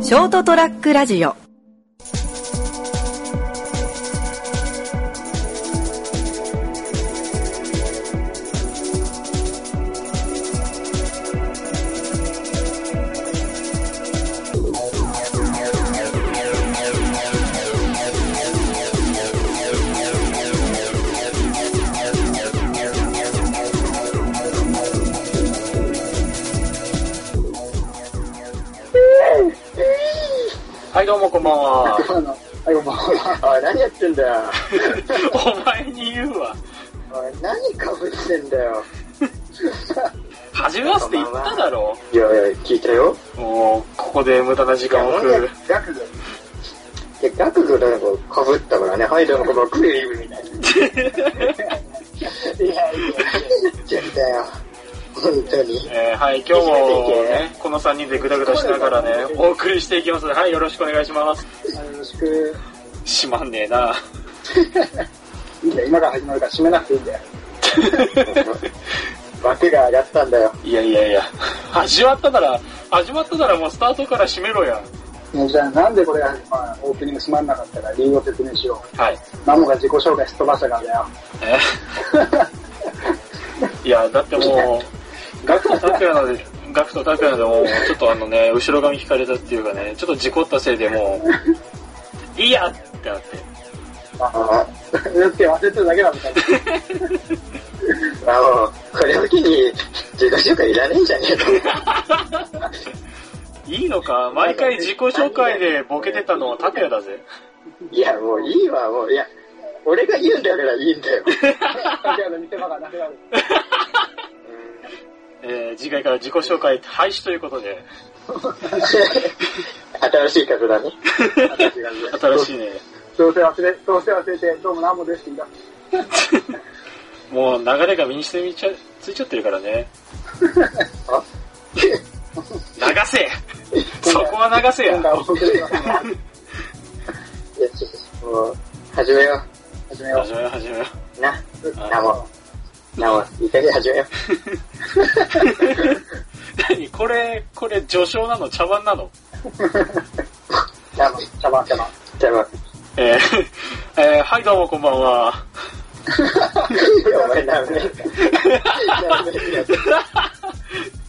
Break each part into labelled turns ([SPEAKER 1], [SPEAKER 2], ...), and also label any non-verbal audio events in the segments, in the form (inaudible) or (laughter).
[SPEAKER 1] ショートトラックラジオ
[SPEAKER 2] はい、どうもこんばんは。
[SPEAKER 3] あの、はい、お前、おい (laughs) 何やってんだよ。
[SPEAKER 2] (laughs) お前に言うわ。
[SPEAKER 3] おい何かぶってんだよ。
[SPEAKER 2] 始めますって言っただろ。
[SPEAKER 3] いやいや、聞いたよ。
[SPEAKER 2] もう、ここで無駄な時間を食う。
[SPEAKER 3] ガクが。いや、ガクがなんかかぶったからね、はい、どうもこんばんは、クリームみたいな。 (laughs) いやいやいや、言っちゃったよ。本当に。
[SPEAKER 2] えーはい、今日もね、この3人でグダグダしながらね、お送りしていきます。はい、よろしくお願いします。
[SPEAKER 3] よろしく。
[SPEAKER 2] しまんねえな。
[SPEAKER 3] いいんだよ、今から始まるから閉めなくていいんだよ。バケが上がったんだよ。
[SPEAKER 2] (laughs) いやいやいや、始まったなら、始まったならもうスタートから閉めろや。
[SPEAKER 3] もうじゃあなんでこれが、まあ、オープニング閉まんなかったか理由を説明しよう。
[SPEAKER 2] はい。
[SPEAKER 3] マモが自己紹介すっ飛ばしたからだよ。
[SPEAKER 2] えいや、だってもう、ガクとタクヤので、ガクとタクヤのでもう、ちょっとあのね、後ろ髪引かれたっていうかね、ちょっと事故ったせいでもう、いいやってなって。
[SPEAKER 3] ああ、け忘れてるだけだもん。あの、これを機に自己紹介いらねえんじゃねえと
[SPEAKER 2] いいのか毎回自己紹介でボケてたのはタクヤだぜ。
[SPEAKER 3] いや、もういいわ、もう。いや、俺が言うんだからいいんだよ。の見せ場がなくなる。
[SPEAKER 2] えー、次回から自己紹介廃止ということで、
[SPEAKER 3] 新しい風だね。
[SPEAKER 2] 新しいね、
[SPEAKER 3] どうせ忘れ、どうせ忘れて、どうも何もですって言っ
[SPEAKER 2] もう流れが身に染みちゃ、ついちゃってるからね。
[SPEAKER 3] た。あ
[SPEAKER 2] 流せそこは流せや
[SPEAKER 3] 今回は本当に。いや、ちょっと、もう、始めよう。始めよ
[SPEAKER 2] 始めよう始めよう。
[SPEAKER 3] う。な、なも、なも、いい加減始めよう。
[SPEAKER 2] (laughs) 何これ、これ序章なの茶番なの
[SPEAKER 3] 茶番、茶番、茶番。茶番。
[SPEAKER 2] えー、 (laughs) えーはいどうもこんばんは。
[SPEAKER 3] お前ダメだ。ダメだ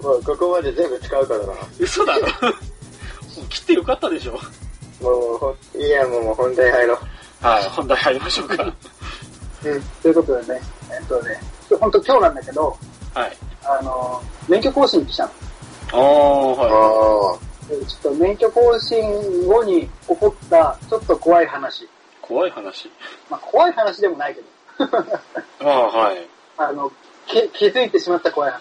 [SPEAKER 3] もうここまで全部使うからな。
[SPEAKER 2] 嘘だろもう切ってよかったでしょ
[SPEAKER 3] もうほん、いやもう本題入ろ
[SPEAKER 2] はい、本題入りましょうか。
[SPEAKER 3] う。うん、ということでね、えっとね、本当今日なんだけど、
[SPEAKER 2] はい。
[SPEAKER 3] あの、免許更新来たの。
[SPEAKER 2] おー、
[SPEAKER 4] あ
[SPEAKER 2] は
[SPEAKER 4] あ、
[SPEAKER 3] でちょっと免許更新後に起こった、ちょっと怖い話。
[SPEAKER 2] い。怖い話。
[SPEAKER 3] まあ怖い話でもないけど、
[SPEAKER 2] あー、はい。
[SPEAKER 3] あの、け気づいてしまった怖い話。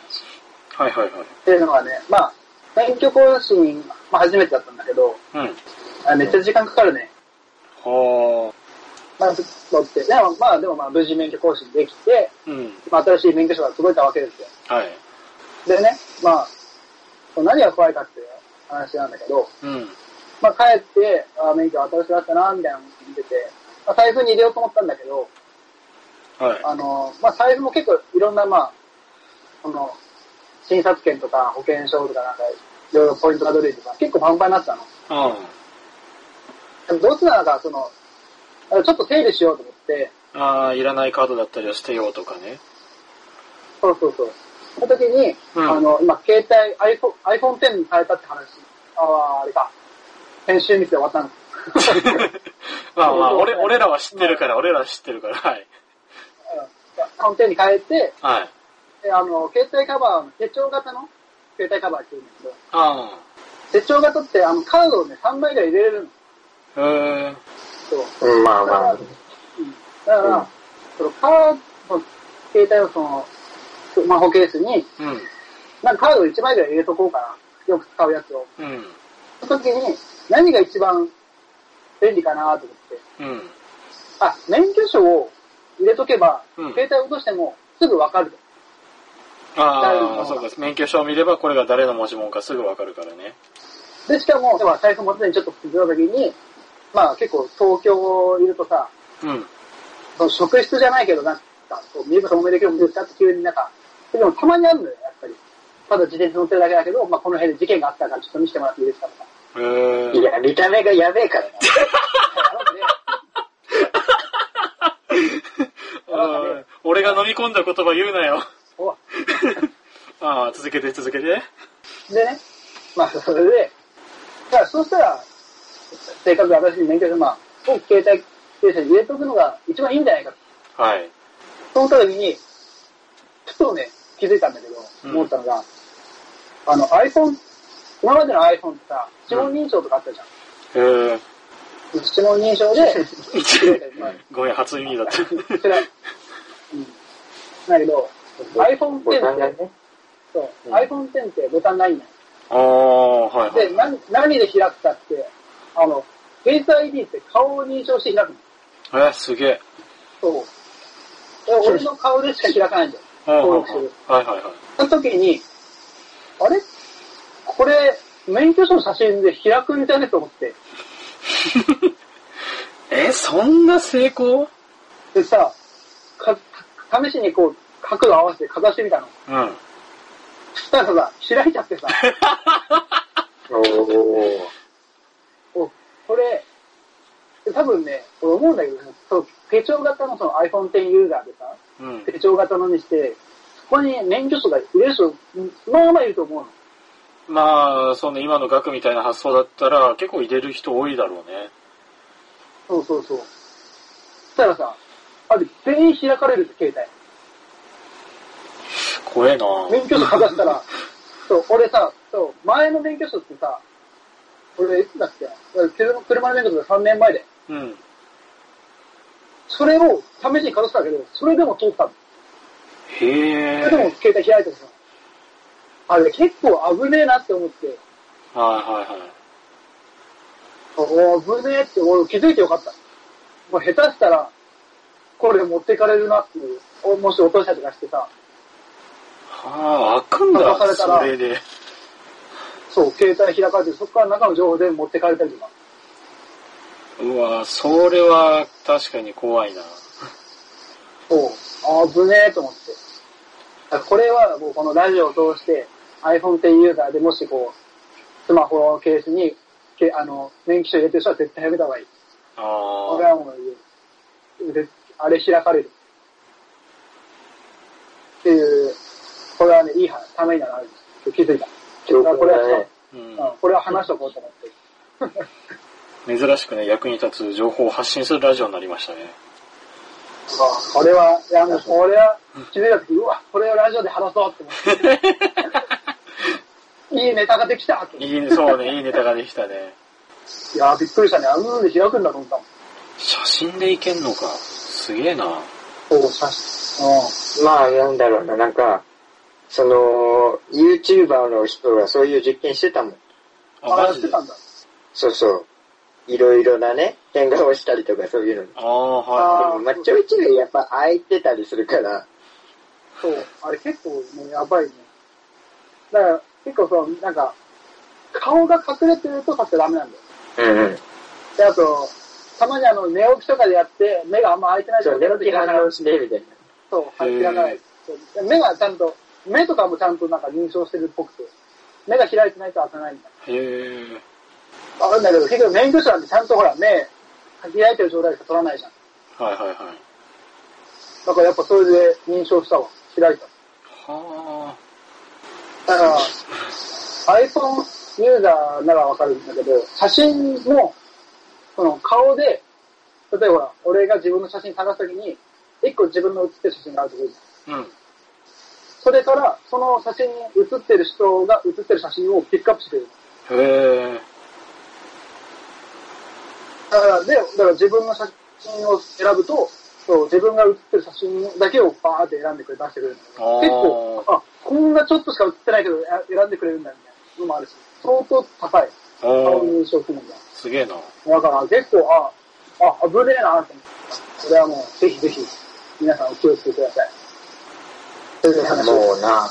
[SPEAKER 2] はいはいはい。
[SPEAKER 3] っていうのはね、まあ、免許更新、まあ初めてだったんだけど、
[SPEAKER 2] うん。
[SPEAKER 3] あめっちゃ時間かかるね。
[SPEAKER 2] は
[SPEAKER 3] まあ、取って。でも、まあ、でもまあ、無事免許更新できて、
[SPEAKER 2] あ。うん。
[SPEAKER 3] まあ、新しい免許証が届いたわけですよ。
[SPEAKER 2] はい。
[SPEAKER 3] でね、まあ、何が怖いかっていう話なんだけど、
[SPEAKER 2] うん。
[SPEAKER 3] まあ、帰って、あ免許新しくなったな、みたいなの見てて、まあ、財布に入れようと思ったんだけど、
[SPEAKER 2] はい。
[SPEAKER 3] あの、まあ、財布も結構いろんな、まあ、その、診察券とか保険証とかなんか、いろいろポイントが取れるとか、結構パンパンになってたの。
[SPEAKER 2] あ
[SPEAKER 3] でもどうせならば、その、あちょっと整理しようと思って、
[SPEAKER 2] あ。ああ、いらないカードだったりは捨てようとかね。 (laughs)
[SPEAKER 3] そうそうそう。その時に、
[SPEAKER 2] うん
[SPEAKER 3] あの、今、携帯、iPhone、iPhone 10に変えたって話、ああ、あれか。編集ミスで終わったんです。うん
[SPEAKER 2] まあまあ、俺、俺らは知ってるから、俺らは知ってるから、はい。
[SPEAKER 3] iPhone 10に変えて、
[SPEAKER 2] はい。
[SPEAKER 3] であの、携帯カバーの手帳型の携帯カバーって言うんですけど、
[SPEAKER 2] あ
[SPEAKER 3] 手帳型って、あの、カードをね、3倍ぐらい入れれるの。
[SPEAKER 2] あ。へえ。
[SPEAKER 3] そう。
[SPEAKER 4] うん、まあまあ。
[SPEAKER 3] だから、
[SPEAKER 4] うん
[SPEAKER 3] そのカード、携帯をその、スマホケースに、
[SPEAKER 2] うん。
[SPEAKER 3] なんかカードを1枚ぐらい入れとこうかな。よく使うやつを。
[SPEAKER 2] うん。
[SPEAKER 3] その時に、何が一番便利かなと思って。
[SPEAKER 2] うん。
[SPEAKER 3] あ、免許証を入れとけば、
[SPEAKER 2] うん
[SPEAKER 3] 携帯落としてもすぐわかると。
[SPEAKER 2] ああ、そうか。免許証を見れば、これが誰の文字もんかすぐわかるからね。
[SPEAKER 3] で、しかも、では財布持ってちょっと出た時に、まあ結構東京いるとさ、
[SPEAKER 2] うん。
[SPEAKER 3] その職質じゃないけどなんか、こう見えば透明できるもんですかって急になんか、でもたまにあるのよ、やっぱり。ただ自転車乗ってるだけだけど、まあこの辺で事件があったからちょっと見せてもらっていいですかとか。 (laughs)
[SPEAKER 2] うーん
[SPEAKER 3] いや、見た目がやべえからな。
[SPEAKER 2] あー俺が飲み込んだ言葉言うなよ。
[SPEAKER 3] お
[SPEAKER 2] ああ、続けて続けて。
[SPEAKER 3] でね、まあ、それで、じゃあ、そうしたら、せっかく私に免許証、まあ、を携帯停車に入れとくのが一番いいんじゃないかと。
[SPEAKER 2] はい。
[SPEAKER 3] そうした時に、ふとね、気づいたんだけど、
[SPEAKER 2] うん
[SPEAKER 3] 思ったのが、あの、iPhone、今までの iPhone ってさ、指紋認証とかあったじゃん。
[SPEAKER 2] うーん。
[SPEAKER 3] 指紋認証
[SPEAKER 1] (laughs)
[SPEAKER 3] で、まあ
[SPEAKER 2] ごめん、初耳だ (laughs) った。
[SPEAKER 3] それはうん。だけど、iPhone
[SPEAKER 1] ボタンが
[SPEAKER 3] 10っ
[SPEAKER 1] ね
[SPEAKER 3] て、、そうう、
[SPEAKER 1] ん
[SPEAKER 3] iPhone 10ってボタンないんだよ。
[SPEAKER 2] ああ、はいは
[SPEAKER 3] で、
[SPEAKER 2] い。
[SPEAKER 3] 何何で開くかって、あの、フェイス ID って顔を認証して開くの。
[SPEAKER 2] えー、すげえ。
[SPEAKER 3] そう。で俺の顔でしか開かないんだよ。
[SPEAKER 2] はいはい
[SPEAKER 3] 登
[SPEAKER 2] は
[SPEAKER 3] 録する
[SPEAKER 2] い。はいはいはい。
[SPEAKER 3] その時に、あれこれ、免許証の写真で開くんじゃねと思って。
[SPEAKER 2] え、そんな成功
[SPEAKER 3] でさ、か、試しにこう、角度合わせてかざしてみたの。
[SPEAKER 2] うん。
[SPEAKER 3] そしたらさ、開いちゃってさ、
[SPEAKER 1] おー。
[SPEAKER 3] お、これ、多分ね、俺思うんだけど、そう手帳型のその iPhone X ユーザーでさ、
[SPEAKER 2] うん。
[SPEAKER 3] 手帳型のにして、そこに免許証が入れる人、まあまあいると思うの。
[SPEAKER 2] まあ、そうね、今の額みたいな発想だったら、結構入れる人多いだろうね。
[SPEAKER 3] そうそうそう。そしたらさ、あれ全員開かれるって携
[SPEAKER 2] 怖えな
[SPEAKER 3] 帯。免許証かざしたら、そう、俺さ、そう、前の免許証ってさ、俺いつだっけ車車の免許証が3年前で。
[SPEAKER 2] うん。
[SPEAKER 3] それを試しにかざしたけど、それでも通ったの。
[SPEAKER 2] へえ。
[SPEAKER 3] それでも携帯開いてるさ。あれ結構危ねえなって思って、
[SPEAKER 2] はいはいはい。
[SPEAKER 3] お危ねえって俺気づいてよかった。もう下手したら、これ持ってかれるなっていう、おもし落としたりとかしてさ、
[SPEAKER 2] はあ、開くん
[SPEAKER 3] 任さ
[SPEAKER 2] だ、
[SPEAKER 3] れた
[SPEAKER 2] そ
[SPEAKER 3] ら
[SPEAKER 2] れで。
[SPEAKER 3] そう、携帯開かれて、そこから中の情報全部持ってかれたりとか。
[SPEAKER 2] うわ、それは確かに怖いな。
[SPEAKER 3] そう、危ねえと思って。だからこれはもうこのラジオを通して、iPhone X ユーザーでもしこう、スマホのケースに、けあの、免許証入れてる人は絶対やめた方がいい。
[SPEAKER 2] あ
[SPEAKER 3] 俺
[SPEAKER 2] あ。
[SPEAKER 3] はもう言うであれ開かれる。っていう、これはね、いい話、ためになる。気づいた。
[SPEAKER 1] 教
[SPEAKER 3] だからこ
[SPEAKER 1] 訓
[SPEAKER 3] れ
[SPEAKER 1] だね
[SPEAKER 3] は、。
[SPEAKER 2] うん
[SPEAKER 3] うん、これは話しとこうと思って。
[SPEAKER 2] 珍しくね、役に立つ情報を発信するラジオになりましたね。
[SPEAKER 3] これは、いやもうこれは、気づいた時、うわ、これをラジオで話そうって思
[SPEAKER 2] (laughs)
[SPEAKER 3] って。いいネタができたって。い
[SPEAKER 2] いいね、そう
[SPEAKER 3] (laughs)
[SPEAKER 2] ね、いいネタができたね。
[SPEAKER 3] や、びっくりしたね。あので開くんだと思ったもん。
[SPEAKER 2] 写真でいけんのか。すげえな。
[SPEAKER 3] そう、写真。
[SPEAKER 1] まあ、なんだろうな、なんか、その、YouTuber の人がそういう実験してたもん。
[SPEAKER 3] うん。
[SPEAKER 2] あ、
[SPEAKER 3] あ、
[SPEAKER 2] マ
[SPEAKER 3] や
[SPEAKER 2] ジ
[SPEAKER 3] っ
[SPEAKER 2] で
[SPEAKER 3] て
[SPEAKER 2] あ
[SPEAKER 3] たんだ。
[SPEAKER 1] そうそう。いろいろなね、変顔したりとかそういうのに。で
[SPEAKER 2] あー、は
[SPEAKER 3] あ
[SPEAKER 1] も、まあ、ちょいちょいやっぱ空いてたりするから、
[SPEAKER 3] そう。あれ結構ね、やばいね。だから、結構そう、なんか、顔が隠れてるとかってダメなんだよ。
[SPEAKER 1] うんうん。
[SPEAKER 3] で、あと、たまにあの、寝起きとかでやって、目があんま開いてない
[SPEAKER 1] そう、寝起き反応して、みたいな。
[SPEAKER 3] そう、開かない。そう目がちゃんと、目とかもちゃんとなんか認証してるっぽくて、目が開いてないと開かないんだ。
[SPEAKER 2] い。へえ。
[SPEAKER 3] わかるんだけど、結局免許証なんてちゃんとほら、目、開いてる状態しか取らないじゃん。
[SPEAKER 2] はいはいはい。
[SPEAKER 3] だからやっぱそれで認証したわ。開いた。
[SPEAKER 2] は
[SPEAKER 3] だから、iPhone ユーザーならわかるんだけど、写真も、その顔で、例えばほら、俺が自分の写真探すときに、一個自分の写ってる写真があるとするじゃん
[SPEAKER 2] あ。うん。
[SPEAKER 3] それから、その写真に写ってる人が写ってる写真をピックアップしてくれる。
[SPEAKER 2] へえ。
[SPEAKER 3] だから、で、だから自分の写真を選ぶと、そう自分が写ってる写真だけをバーって選んでくれ、出してくれる。
[SPEAKER 2] あー
[SPEAKER 3] 結構、あ、こんなちょっとしか写ってないけど、や選んでくれるんだみたいなのもあるし、相当高い。
[SPEAKER 2] お
[SPEAKER 3] 顔
[SPEAKER 2] ー、
[SPEAKER 3] 認証機能が。
[SPEAKER 2] すげえな。
[SPEAKER 3] だから結構、あ、あ、危ねえなって思った。それはもう、ぜひぜひ、皆さんお気をつけください。という話を。
[SPEAKER 1] もうな、
[SPEAKER 3] うん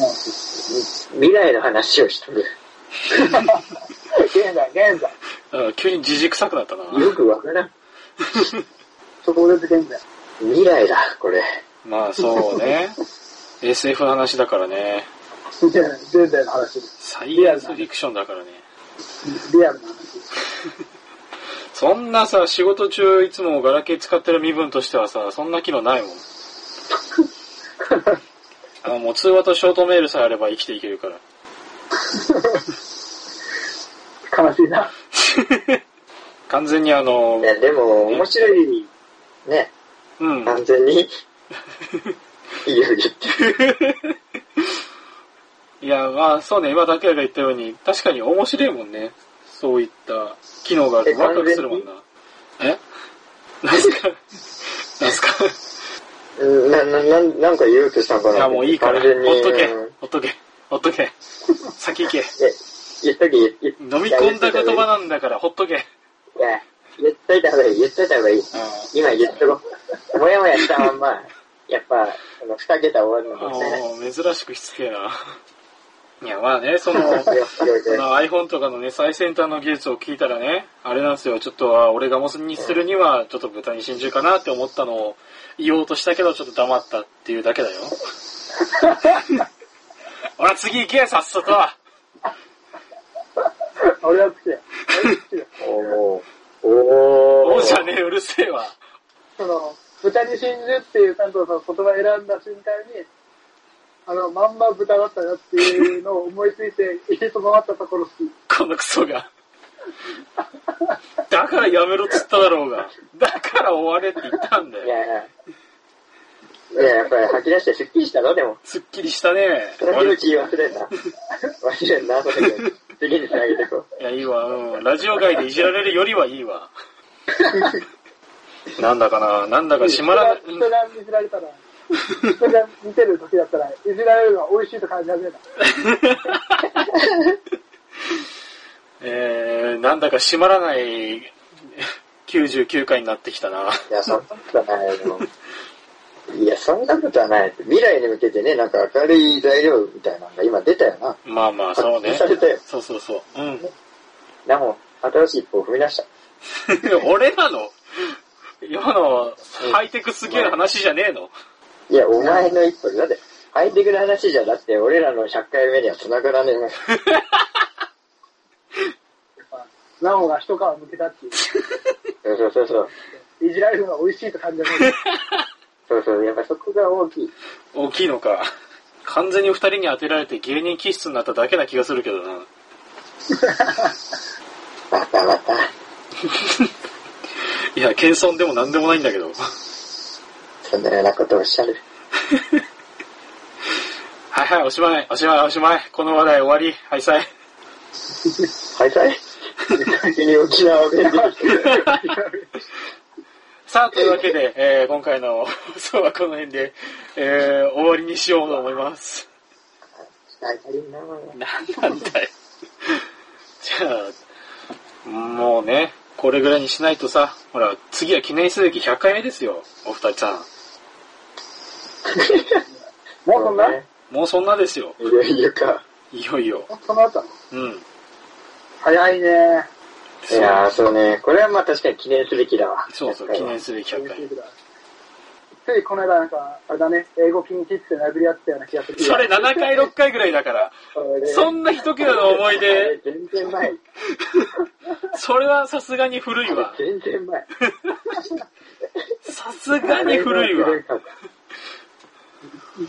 [SPEAKER 1] 未来の話をしとる。
[SPEAKER 3] 現在、現在。
[SPEAKER 2] うん急にじじくさくなったな。
[SPEAKER 1] よくわからん。
[SPEAKER 3] そこで現在。
[SPEAKER 1] 未来だ、これ。
[SPEAKER 2] まあそう
[SPEAKER 3] (laughs)
[SPEAKER 2] ね。SF の話だからね。
[SPEAKER 3] 現在の話です。
[SPEAKER 2] サイエンスフィクションだからね。
[SPEAKER 3] リアルな話
[SPEAKER 2] そんなさ、仕事中いつもガラケー使ってる身分としてはさ、そんな機能ない
[SPEAKER 1] (laughs)
[SPEAKER 2] もん。あの、もう通話とショートメールさえあれば生きていけるから。 (laughs)
[SPEAKER 3] 悲しいな。 (laughs)
[SPEAKER 2] 完全にあの、
[SPEAKER 1] ね、でも、面白い、ね、
[SPEAKER 2] うん。
[SPEAKER 1] 完全に、
[SPEAKER 2] (laughs)
[SPEAKER 1] いいよ言って。
[SPEAKER 2] いや、まあそうね、今だけが言ったように、確かに面白いもんね。そういった機能があるとワクワクするもんな。えなんすかなんすか
[SPEAKER 1] な、な、なんなんか言うとしたんかな。
[SPEAKER 2] いや、もういいから。
[SPEAKER 1] 完全に。
[SPEAKER 2] ほっとけ
[SPEAKER 1] うん。
[SPEAKER 2] ほっとけ。ほっとけ。先行け。
[SPEAKER 1] え、言っとけ、言っ
[SPEAKER 2] 飲み込んだ言葉なんだから、ほっとけ。
[SPEAKER 1] いや、言っといた方がいい、言っといた方がいい。今言っとこう。もやもやしたまんま、やっぱ、あの、二桁終わるのもね。
[SPEAKER 2] もう珍しくしつけえな。いや、まあね、その、
[SPEAKER 1] いやいやい
[SPEAKER 2] そ
[SPEAKER 1] や
[SPEAKER 2] の iPhone とかのね、最先端の技術を聞いたらね、あれなんですよ、ちょっと、あ俺がモスにするには、ちょっと豚に真珠かなって思ったのを言おうとしたけど、ちょっと黙ったっていうだけだ (laughs) よ。ほら、次行け、さっさと。
[SPEAKER 3] 俺は好
[SPEAKER 2] (laughs)
[SPEAKER 3] きだよ。俺は好きだよ。
[SPEAKER 1] おーおー
[SPEAKER 2] おうじゃねえ、うるせえわ。
[SPEAKER 3] その、豚に真珠っていう担当の言葉選んだ瞬間に、あの、まんま豚だったなっていうのを思いついて、 (laughs) 入れとどまったところ好き。
[SPEAKER 2] このクソが。だからやめろっつっただろうが。だから終われって言ったんだ
[SPEAKER 1] い
[SPEAKER 2] よ。
[SPEAKER 1] やいや。いや、やっぱり吐き出してスッキリしたのでも。
[SPEAKER 2] すっきりしたね。
[SPEAKER 1] その気持ち忘れんな。忘れんな、それで。次につなげてこ
[SPEAKER 2] いや、いいわ、うん。ラジオ外でいじられるよりはいいわ。なんだかな、なんだかしまらな、
[SPEAKER 3] 人が見せられたら、人が見てる時だったら、いじられるのは美味しいと感じ始めた。
[SPEAKER 2] えー、なんだかしまらない99回になってきたな。
[SPEAKER 1] う。いや、そんなことはないよ。もういや、そんなことはない。未来に向けてね、なんか明るい材料みたいなのが今出たよな。
[SPEAKER 2] まあまあ、そうね
[SPEAKER 1] されたよ。
[SPEAKER 2] そうそうそう。うん。 (laughs)
[SPEAKER 1] なお、新しい一歩を踏み出した。
[SPEAKER 2] 俺なの今のハイテクすげえ話じゃねえの
[SPEAKER 1] いや、お前の一歩だって、ハイテクな話じゃなくて、俺らの100回目には繋がらねえな。
[SPEAKER 3] ナオが一皮むけたってい
[SPEAKER 1] そうそうそうそう。
[SPEAKER 3] う。いじられるのは美味しいと感じ始
[SPEAKER 2] (laughs)
[SPEAKER 3] めた。
[SPEAKER 1] そうそう、やっぱそこが大きい。
[SPEAKER 2] 大きいのか。完全に二人に当てられて芸人気質になっただけな気がするけどな。
[SPEAKER 1] またまた。
[SPEAKER 2] いや、謙遜でもなんでもないんだけど。
[SPEAKER 1] そんなようなことをおっしゃる。
[SPEAKER 2] はいはい、おしまい、おしまい、おしまい。この話題終わり。はい、さい。
[SPEAKER 1] はい、さい。先に沖縄弁で。 (laughs)
[SPEAKER 2] さあ、というわけ (laughs) で、えー今回の放送はこの辺で、えー終わりにしようと思います。
[SPEAKER 1] 大足りんなぁ
[SPEAKER 2] なんなんだよ。 (laughs) じゃあ、もうね、これぐらいにしないとさ、ほら、次は記念すべき100回目ですよ、お二人さん。
[SPEAKER 3] もうそんな、
[SPEAKER 1] ね
[SPEAKER 2] もうそんなですよ、
[SPEAKER 1] いよいよか。
[SPEAKER 2] いよいよ。
[SPEAKER 3] その後
[SPEAKER 2] うん。
[SPEAKER 3] 早いね。
[SPEAKER 1] いやー、そうね。これはまあ確かに記念すべきだわ。
[SPEAKER 2] そうそう、記念すべき100回目。
[SPEAKER 3] ついこの間なんか、あれだね、英語禁止って殴り合ったような気がする。
[SPEAKER 2] それ7回、6回ぐらいだから、そんな一桁の思い
[SPEAKER 1] あれ
[SPEAKER 2] 出、
[SPEAKER 1] 全然前。
[SPEAKER 2] それはさすがに古いわ
[SPEAKER 1] あ。れ全然前。
[SPEAKER 2] さすがに古いわ。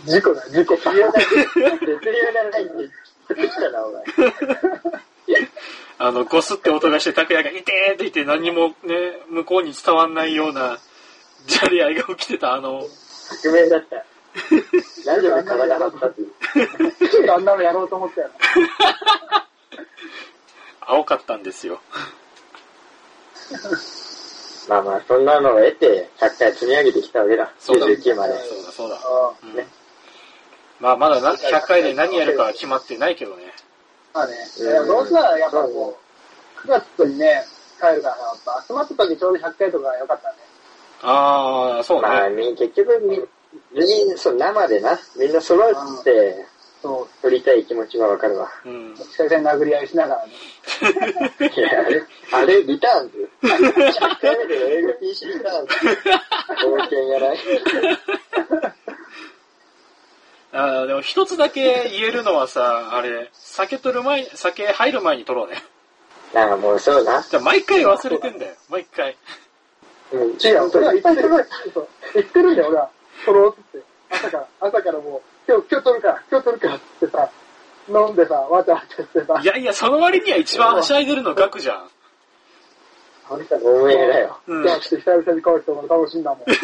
[SPEAKER 3] 事故だ、事故。
[SPEAKER 1] 絶
[SPEAKER 3] (laughs)
[SPEAKER 1] 妙な、絶妙なラインで作ってきたな、お前。
[SPEAKER 2] あの、ゴスって音がして、拓也が、いてーって言って、何もね、向こうに伝わんないような、じゃれ合いが起きてた、あの、
[SPEAKER 1] 革命だった。ラジオで体張ったっていう。
[SPEAKER 3] ちょっとあんなのやろうと思ったよ。
[SPEAKER 2] 青かったんですよ。
[SPEAKER 1] まあまあ、そんなのを得て、100回積み上げてきたわけだ。
[SPEAKER 2] そうだ。
[SPEAKER 1] 99まで。
[SPEAKER 2] そうだ、そうだ。
[SPEAKER 3] あ
[SPEAKER 2] うん
[SPEAKER 1] ね
[SPEAKER 2] まあ、まだな100回で何やるかは決まってないけどね。
[SPEAKER 3] まあね、いやどうせならやっぱこう、9月にね、帰るから、やっぱ集まった時ちょうど100回とかが良かったね。
[SPEAKER 2] ああ、そう
[SPEAKER 1] まあ、
[SPEAKER 2] ね。
[SPEAKER 1] み結局み、全員、そう、生でな、みんな揃って、
[SPEAKER 3] そう、
[SPEAKER 1] 撮りたい気持ちはわかるわ。
[SPEAKER 2] うん。
[SPEAKER 3] 久々に殴り合いしながらね。
[SPEAKER 1] いや、あれ、あれ、リターンズ。100回目で英語禁止リターンズ。冒険やない。
[SPEAKER 2] あーでも一つだけ言えるのはさ、あれ、酒取る前に、酒入る前に取ろうね。
[SPEAKER 1] なんかもうそうな。
[SPEAKER 2] じゃあ毎回忘れてんだよ。毎回。
[SPEAKER 1] うん、
[SPEAKER 3] 違う、俺は
[SPEAKER 1] 言
[SPEAKER 3] いっ
[SPEAKER 1] って
[SPEAKER 3] ぱい
[SPEAKER 1] る。
[SPEAKER 3] 届いそう言ってるんだよ、俺は。撮ろうっつって。朝から、朝からもう、今日、今日撮るから、今日撮るからっつってさ、飲んでさ、わちゃわちゃしてさ
[SPEAKER 2] い、やいや、その割には一番はしゃいでるの額じゃん。
[SPEAKER 3] あれさ、
[SPEAKER 1] おめえだよ。
[SPEAKER 2] うん
[SPEAKER 3] いや、ちょっと久々に川人も楽しんだもん。久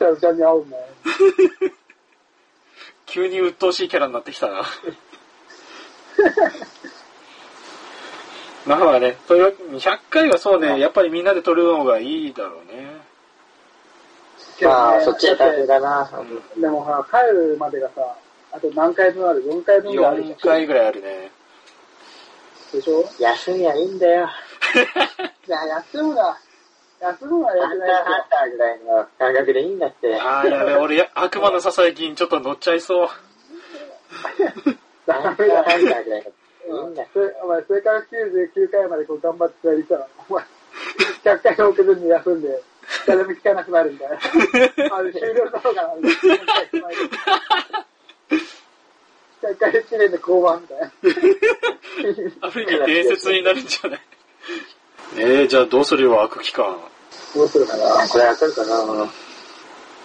[SPEAKER 3] 々に会うもん。
[SPEAKER 2] 急に鬱陶しいキャラになってきたな。 (laughs) まあまあね、というわけ100回はそうね、やっぱりみんなで撮るのがいいだろうね。
[SPEAKER 1] まあ、
[SPEAKER 3] ね
[SPEAKER 1] そっちは大変だな。
[SPEAKER 3] でもほら、帰るまでがさ、あと何回分ある ?4 回分ぐらいあるじゃ
[SPEAKER 2] 4回ぐらいあるね。
[SPEAKER 3] ん。でしょ
[SPEAKER 1] 休みはいいんだよ。
[SPEAKER 3] いや、休むな。休むのは
[SPEAKER 1] ハ
[SPEAKER 3] や
[SPEAKER 1] ンタ
[SPEAKER 3] く
[SPEAKER 1] ー
[SPEAKER 3] ないです
[SPEAKER 1] ハンターぐらいの感覚でいいんだって。
[SPEAKER 2] ああ、やべ、俺や、悪魔のささやきにちょっと乗っちゃいそう。
[SPEAKER 1] ハンターハンターぐらいの。いいんだよ。
[SPEAKER 3] よ。お前、それから99回までこう頑張ってやりたら、お前、100回の奥ずに休んで、誰も聞かなくなるみたい
[SPEAKER 1] (laughs)
[SPEAKER 3] な。あれ終了だろうかな、みたいな。100回1年で降
[SPEAKER 1] (laughs)
[SPEAKER 3] 板みたいな。 (laughs)
[SPEAKER 2] ある意味伝説になるんじゃない (laughs) えー、じゃあどうするよ、悪期間。
[SPEAKER 3] どうするかな。
[SPEAKER 1] これ当たるかな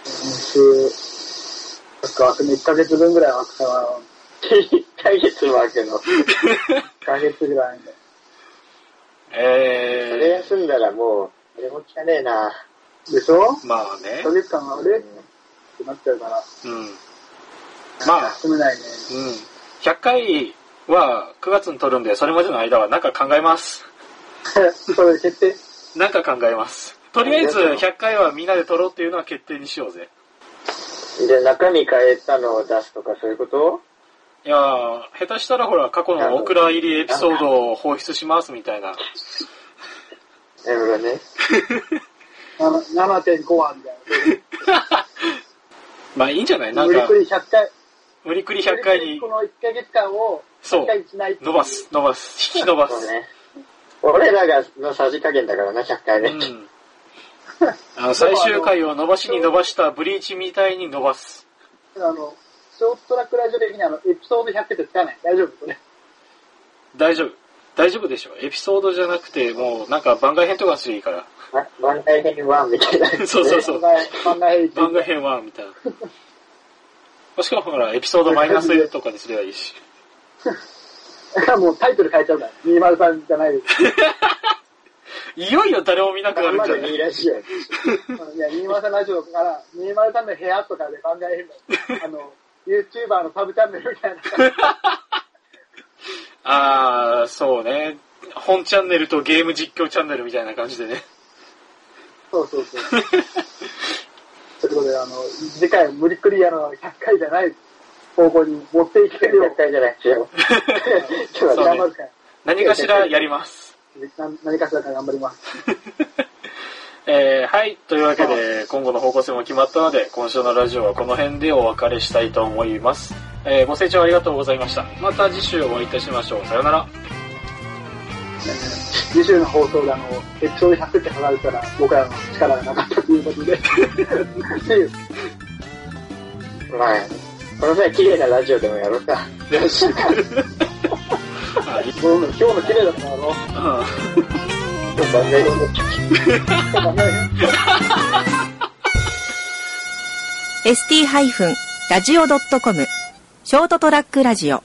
[SPEAKER 3] 週、そっか、枠の1ヶ月分ぐらい枠さは、
[SPEAKER 1] 1ヶ月も開くの。
[SPEAKER 3] 1ヶ月ぐらいで。
[SPEAKER 1] そ
[SPEAKER 2] え
[SPEAKER 1] れ休んだらもう、あれも聞かねえな。
[SPEAKER 3] でしょ
[SPEAKER 2] ー、まあね
[SPEAKER 3] ?1。ヶ月間は俺ってなっちゃうから、
[SPEAKER 2] うん。まあ、
[SPEAKER 3] 休めないね。 (laughs)
[SPEAKER 2] うん。100回は9月に撮るんで、それまでの間はなんか考えます。
[SPEAKER 3] それ決定
[SPEAKER 2] なんか考えます。とりあえず100回はみんなで撮ろうっていうのは決定にしようぜ。
[SPEAKER 1] で、中身変えたのを出すとかそういうこと
[SPEAKER 2] いやー、下手したらほら、過去のオクラ入りエピソードを放出しますみたいな。
[SPEAKER 1] なるほどね。
[SPEAKER 3] あの7.5話みたいな。
[SPEAKER 2] まあいいんじゃないなん
[SPEAKER 3] 無理
[SPEAKER 2] か
[SPEAKER 3] く、り100回、
[SPEAKER 2] 無理くり100回
[SPEAKER 3] 無理くり
[SPEAKER 2] に
[SPEAKER 3] こ、の1ヶ月間を、
[SPEAKER 2] そう
[SPEAKER 3] 1回にしないっていう
[SPEAKER 2] 伸ば。す、伸ばす、引き伸ばす
[SPEAKER 1] そう。ね。俺らがのさじ加減だからな、100回ね。
[SPEAKER 2] うん。あの、最終回を伸ばしに伸ばしたブリーチみたいに伸ばす。
[SPEAKER 3] あの、ショートラックラジオ的にあの、エピソード100ってつかない。大丈夫これ。
[SPEAKER 2] 大丈夫。大丈夫でしょ。エピソードじゃなくて、もうなんか番外編とかすりゃいい (laughs) から。
[SPEAKER 1] ま番外編1みたいな。
[SPEAKER 2] (laughs) そうそうそう。
[SPEAKER 3] 漫画平
[SPEAKER 2] 番
[SPEAKER 3] 均。
[SPEAKER 2] 外編は、みたいな。もしくはほら、エピソードマイナスとかにすればいいし。
[SPEAKER 3] だから (laughs) もうタイトル変えちゃうから。203じゃないです。
[SPEAKER 2] いよいよ誰も見なくなるんじゃない
[SPEAKER 1] いいらしいよ。
[SPEAKER 3] いや、203ラジオから、203の部屋とかで番外編 (laughs) だ。あの、YouTuber のサブチャンネルみたいな。
[SPEAKER 2] あー、そうね。本チャンネルとゲーム実況チャンネルみたいな感じで (laughs) ね。
[SPEAKER 3] そうそうそう。ということで、あの、次回は無理くりあの、100回じゃない方向に持っていけるよ
[SPEAKER 1] 100。回じゃなくてよ。ちょっと
[SPEAKER 2] そうね
[SPEAKER 1] 待
[SPEAKER 3] 頑
[SPEAKER 1] っ
[SPEAKER 3] 張るから。
[SPEAKER 2] 何かしらやります。
[SPEAKER 3] な何かしらから頑張ります。
[SPEAKER 2] えーはい。というわけで、今後の方向性も決まったので、今週のラジオはこの辺でお別れしたいと思います。えーご清聴ありがとうございました。また次週お会いいたしましょう。さようなら。
[SPEAKER 3] 次週の放送であの、エピソード100って離れたら、僕らの力がなかったという (laughs) ことで。っていう
[SPEAKER 1] て。まあ、この際綺麗なラジオでもやろうか。
[SPEAKER 2] よ
[SPEAKER 1] (laughs)
[SPEAKER 2] し。あいい
[SPEAKER 3] もう今日の綺麗だったのろ。
[SPEAKER 2] (laughs) うん
[SPEAKER 1] 番外編で
[SPEAKER 4] ST-radio.com ショートトラックラジオ